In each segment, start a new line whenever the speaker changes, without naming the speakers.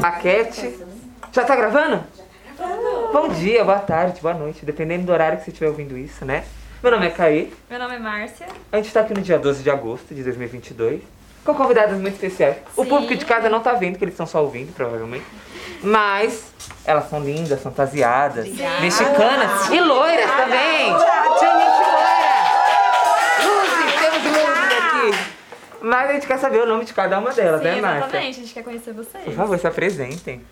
Paquete. Já tá gravando? Bom dia, boa tarde, boa noite, dependendo do horário que você estiver ouvindo isso, né? Meu nome é Caí,
Meu nome é Márcia.
a gente tá aqui no dia 12 de agosto de 2022, com convidados muito especiais. O
Sim.
público de casa não tá vendo, que eles estão só ouvindo, provavelmente. Mas elas são lindas, fantasiadas, mexicanas e loiras também. Tinha gente loira. Luzes, temos luzes aqui. Mas a gente quer saber o nome de cada uma delas,
Sim,
né, Márcia?
exatamente, a gente quer conhecer vocês.
Por favor, se apresentem.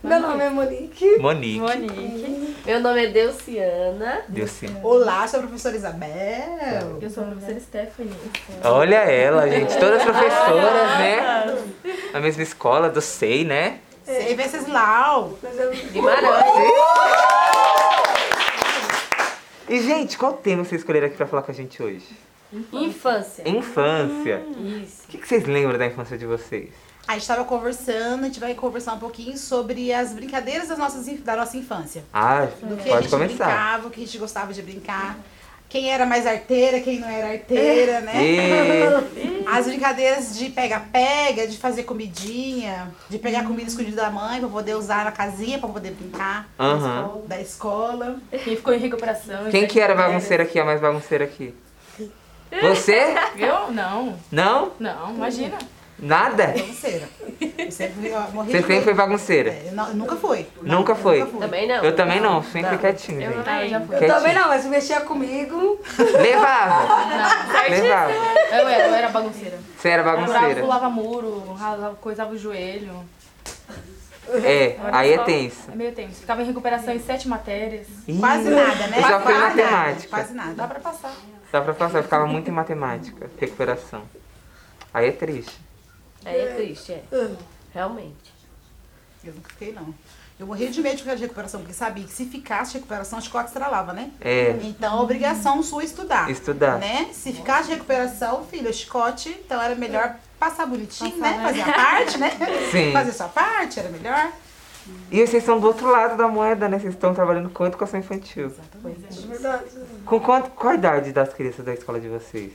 Meu nome é Monique.
Monique.
Monique.
Meu nome é Deuciana.
Deus sim.
Olá, sou a professora Isabel.
Eu sou a
é
professora Stephanie.
Olha ela, gente. Todas professoras, né? Na mesma escola, do SEI, né?
Sei Venceslau.
Guimarães.
E, gente, qual tema vocês escolheram aqui pra falar com a gente hoje?
Infância.
Infância.
Isso.
O que, que vocês lembram da infância de vocês?
A gente tava conversando, a gente vai conversar um pouquinho sobre as brincadeiras das nossas, inf- da nossa infância.
Ah,
Do que a
pode
gente
começar.
brincava, o que a gente gostava de brincar. Quem era mais arteira, quem não era arteira, né?
É. E...
As brincadeiras de pega-pega, de fazer comidinha, de pegar comida escondida da mãe pra poder usar na casinha, pra poder brincar.
Aham.
Da escola.
Quem ficou em recuperação.
Quem que era bagunceira aqui, a mais bagunceira aqui? Você?
Eu? Não.
Não?
Não, imagina.
Nada?
Bagunceira. É Eu sempre ó,
Você
morri de
sempre
medo.
foi bagunceira?
É, não- Nunca foi.
Nunca foi?
Também não.
Eu também não, sempre quietinho,
Eu
gente.
Ah, eu já fui.
também.
Eu também não,
mas mexia comigo.
Levava, levava.
Eu era, eu era bagunceira.
Você era
Pulava,
bagunceira.
pulava muro, rasava, coisava o joelho.
É, aí é tenso.
É meio tenso. Ficava em recuperação em sete matérias.
Ih,
Quase nada, né?
Eu já fui em
Quase nada,
matemática.
Quase
Dá
nada.
pra passar.
Dá pra passar, eu ficava muito em matemática, recuperação. Aí é triste.
É, é triste, é.
Ah.
Realmente.
Eu nunca fiquei, não. Eu morri de medo de ficar de recuperação, porque sabia que se ficasse de recuperação, a chicote estralava, né?
É,
Então, obrigação sua é estudar.
estudar.
Né? Se ficasse de recuperação, filho, chicote, então era melhor passar bonitinho,
Passar,
né? Fazer a parte, né?
Sim.
Fazer sua parte, era melhor.
E vocês são do outro lado da moeda, né? Vocês estão trabalhando com educação infantil. Com quanto, qual a idade das crianças da escola de vocês?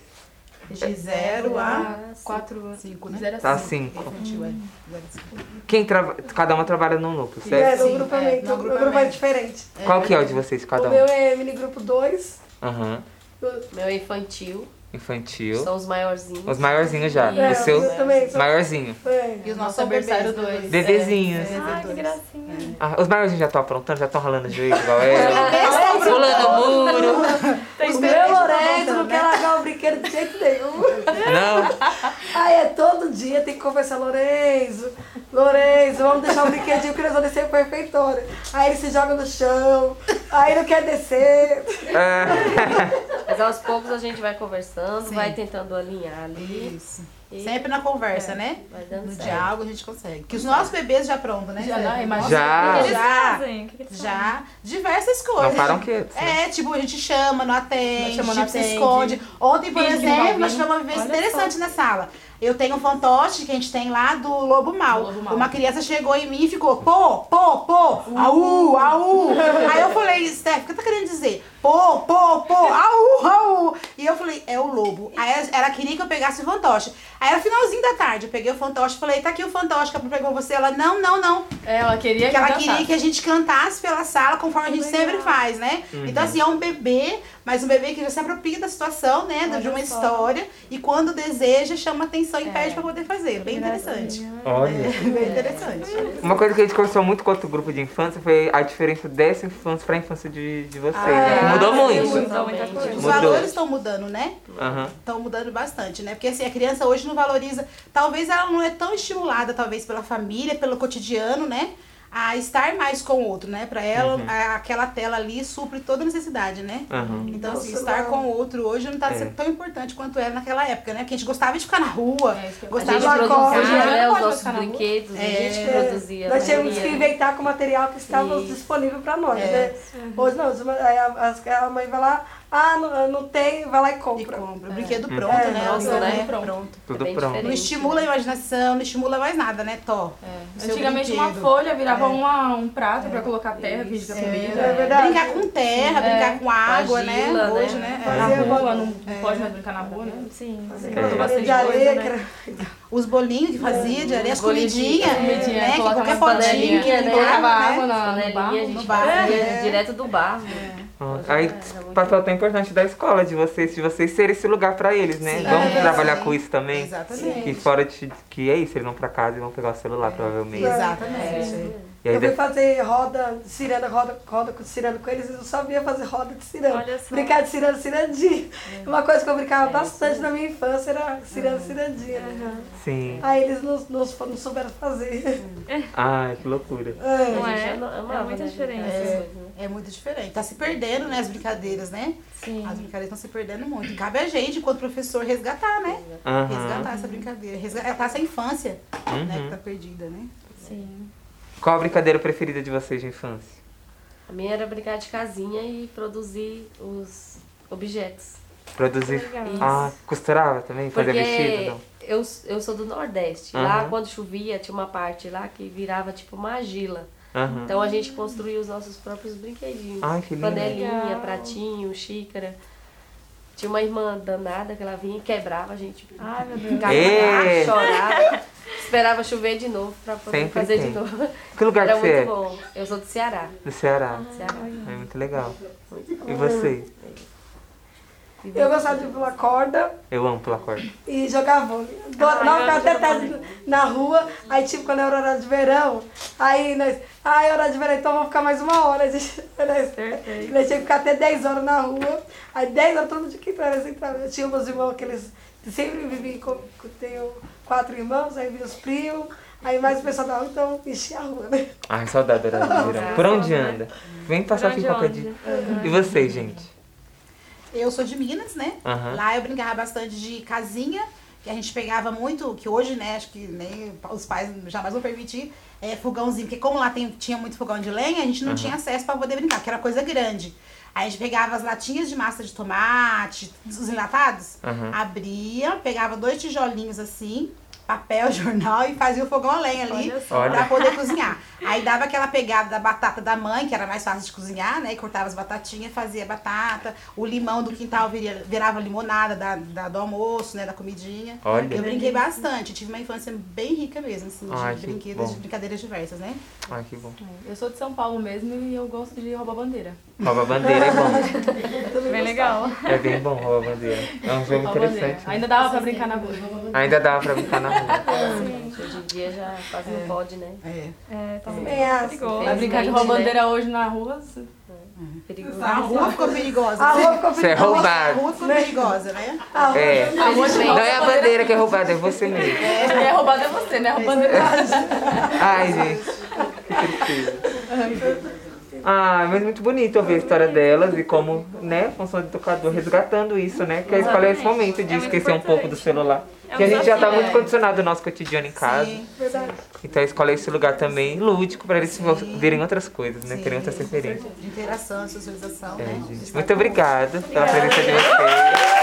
É.
De zero a
Quatro,
cinco, né?
assim,
zero a
Tá
cinco.
cinco.
Infantil, é. Zero a cinco.
Quem trava, cada uma trabalha num núcleo,
É,
certo?
no
Sim, é, no
grupamento. o meu
grupamento.
grupo é diferente.
Qual que é o de vocês, cada
O meu
um?
é mini grupo 2.
é
Aham.
Meu é infantil.
Infantil.
São os maiorzinhos.
Os maiorzinhos já.
É,
O seu
eu também sou-
maiorzinho.
É.
E os
Nosso
nossos É,
aniversário
bebês, né,
dois.
Bebezinhos.
Ai, que gracinha.
Ah, os maiorzinhos já estão aprontando, já estão ralando o joelho igual ela.
Eles estão
Pulando o muro.
Os
bebês
meus
não
Lourenço
contam,
não
né?
quer largar o brinquedo de jeito nenhum.
Não.
Aí é todo dia, tem que conversar, Lourenço, Lourenço, vamos deixar o brinquedinho que nós vamos descer pro refeitório. Aí ele se joga no chão, aí não quer descer.
Ah,
Mas aos poucos a gente vai conversando, vai tentando alinhar ali.
Isso.
E é,
Sempre na conversa, né?
Vai dando
No
certo.
diálogo a gente consegue. Que os nossos bebês já aprontam, né?
Já,
Zé?
Ah,
não, imagina.
Ah. já.
Nossa,
Eles
Já.
fazem? O que que eles fazem?
Já diversas coisas.
Não param quietos. né?
É, tipo, a gente chama, não atende,
Nós chamamos,
tipo,
não
se
atende.
esconde. Ontem, por
Finge que não vai
exemplo, nós
vir.
tivemos uma vivência
Olha
interessante na sala. Eu tenho um fantoche que a gente tem lá do Lobo Mal.
Do Lobo Mau.
Uma criança chegou em mim e ficou pô, pô, pô, au, au. Aí eu falei, Steph, o que tá querendo dizer? Pô, pô, pô, au, au. E eu falei, é o lobo. Aí ela- ela queria que eu pegasse o fantoche. Aí era finalzinho da tarde, eu peguei o fantoche e falei, tá aqui o fantoche que eu peguei com você. Ela, não, não, não.
É,
Ela queria
Porque ela
eu dançasse.
queria que a gente cantasse pela sala, conforme a gente sempre faz, né?
Uhum.
Então, assim, é um bebê, mas um bebê que já se apropria da situação, né? de uma história. E quando deseja, chama atenção e pede pra poder fazer. Bem interessante. É,
Olha.
Bem interessante.
Uma coisa que a gente conversou muito com outro grupo de infância foi a diferença dessa infância pra infância de, de vocês. né?
Ah,
Mudou
sim,
muito.
muito.
Mudou muita coisa.
Os
Mudou.
valores estão mudando, né?
Aham.
Estão mudando bastante, né? Porque assim, a criança hoje não valoriza. Talvez ela não é tão estimulada, talvez, pela família, pelo cotidiano, né? A estar mais com o outro, né? Pra ela,
Uhum.
a- aquela tela ali supre toda necessidade, né?
Aham.
Então, assim,
Nossa,
estar
não.
com o outro hoje não tá
É.
sendo tão importante quanto era naquela época, né? Porque a gente gostava de ficar na rua,
É, isso que eu-
gostava
a gente
de
produzia,
produzia
acordar.
né,
Não
os
pode
nossos
ficar na rua.
brinquedos, a gente
É.
produzia.
Nós tínhamos que
maioria.
inventar com o material que estava
Isso.
disponível para nós,
É.
né? Hoje não, os- aí a, as- a mãe vai lá, ah, não, não tem, vai lá e
E
compra.
compra. O brinquedo pronto,
É,
né?
nossa,
o
né?
né?
Pronto.
pronto.
Tudo
bem
pronto.
diferente.
Não estimula a imaginação, não estimula mais nada, né, Tó?
É.
Seu
Antigamente
brinquedo.
uma folha virava
levava uma- um prato pra colocar terra, vídeo da comida.
É verdade.
Assim, Brincar com terra, brincar com água, né?
Argila,
Hoje,
né?
né?
É.
Na
Fazia-
rua, não não pode mais brincar na rua, né?
Sim.
É.
De areia, cra-
Os bolinhos que fazia de areia, as comidinhas,
Comidinha,
né? Que
colocava
qualquer
as
potinho
panelinhas,
que
né?
colocava,
Colocava
né?
água na- no barro,
Panelinha, a
no
gente
barro.
fazia
É.
direto do barro.
Ah, Aí, papel tão importante da escola, de vocês, de vocês ser esse lugar pra eles, né?
Sim.
Vamos
É,
trabalhar
sim.
com isso também.
Exatamente.
E fora de que é isso, eles vão pra casa e vão pegar o celular, provavelmente.
Exatamente.
E aí
eu fui
depois.
fazer roda, ciranda, roda, roda com ciranda com eles, eu só via fazer roda de ciranda.
Olha só. É.
Brincar de ciranda, cirandinha. Uma coisa que eu brincava bastante na minha infância era ciranda, cirandinha.
Sim.
Aí eles não, não, não souberam fazer.
Ai, que loucura.
Não é?
é? É muita diferença.
né?
É muito diferente. Tá se perdendo, né? As brincadeiras, né?
Sim.
As brincadeiras estão se perdendo muito. Cabe a gente, enquanto professor, resgatar, né?
Aham.
Resgatar essa brincadeira. Resgatar essa infância, né? Que
Uhum.
tá perdida, né?
Sim.
Qual a brincadeira preferida de vocês de infância?
A minha era brincar de casinha e produzir os objetos.
Produzir. Ah, costurava também? Fazia vestido? então?
Porque
Não.
eu, eu sou do Nordeste.
Aham.
Lá, quando chovia, tinha uma parte lá que virava tipo uma argila.
Aham.
Então a gente construía os nossos próprios brinquedinhos.
Então, Ai, Ah. que lindo.
Panelinha,
Legal.
pratinho, xícara. Tinha uma irmã danada que ela vinha e quebrava a gente.
Ai, meu Deus.
Ficava
Ei.
lá, chorava. Esperava chover de novo pra poder
É. Sempre
fazer
tem.
de novo.
Que lugar
Era
que você
muito
é?
bom. Eu sou do Ceará.
Do Ceará.
Ceará.
É muito legal. E você?
Uhum.
Eu gostava de pular corda
Eu amo pular corda.
e jogar vôlei. Adoro- Não, ficava até tarde na rua. Aí, tipo, quando era horário de verão, aí nós. Ah, é horário de verão, então vamos ficar mais uma hora. A gente, nós, nós tinha que ficar até 10 horas na rua. Aí 10 horas todo mundo tinha que entrar, nós entrava. Eu tinha meus irmãos que eles sempre viviam com. com- Tenho quatro irmãos, aí meus primos, aí mais o pessoal da rua, então enchia a rua, né?
Ai, saudade da hora de verão. Por onde anda? Vem passar aqui
Grande
qualquer
onda.
dia. E vocês, gente?
Eu sou de Minas, né?
Aham.
Lá eu brincava bastante de casinha, que a gente pegava muito, que hoje, né, acho que nem os pais jamais vão permitir, é, fogãozinho, porque como lá tem- tinha muito fogão de lenha, a gente não tinha acesso pra poder brincar, que era coisa grande. Aí a gente pegava as latinhas de massa de tomate, os enlatados,
Aham.
abria, pegava dois tijolinhos assim, papel, jornal e fazia o fogão a lenha ali
Olha.
pra poder cozinhar. Aí dava aquela pegada da batata da mãe, que era mais fácil de cozinhar, né? E cortava as batatinhas, fazia batata. O limão do quintal viria- virava limonada da, da- do almoço, né? Da comidinha.
Olha.
Eu brinquei bastante. Tive uma infância bem rica mesmo, assim, de
Ai, que
brinquedos,
bom.
de brincadeiras diversas, né?
Ai, que bom.
Eu sou de São Paulo mesmo e eu gosto de roubar bandeira.
Rouba a bandeira é bom.
Bem legal.
É bem bom rouba a bandeira. É um jogo
Roubar bandeira.
interessante. né?
Ainda dava pra brincar na rua.
Ainda dava pra brincar na rua.
Hoje em dia já quase não pode, né?
É.
É, tá bom.
É, assim.
Vai brincar de roubar bandeira hoje na rua? você-
Perigoso.
A rua ficou perigosa.
A
né?
rua ficou
Você é
A
roubado.
rua ficou perigosa, né?
A rua
É. Não é a bandeira que é roubada, é você mesmo.
Quem é roubado é você, né? Roubando é
Ai, gente. Que tristeza. Ah, mas muito bonito ouvir a história delas e como, né, função de educador resgatando isso, né? Que a escola é esse momento de
É muito
esquecer um pouco do celular.
É um
Que a gente já tá
desafio,
né?
muito condicionado no nosso cotidiano em casa.
Sim.
verdade.
Então a escola é esse lugar também lúdico para eles verem outras coisas, né? Terem outras referências.
Interação, socialização,
É,
né?
gente. Muito obrigada pela presença de vocês.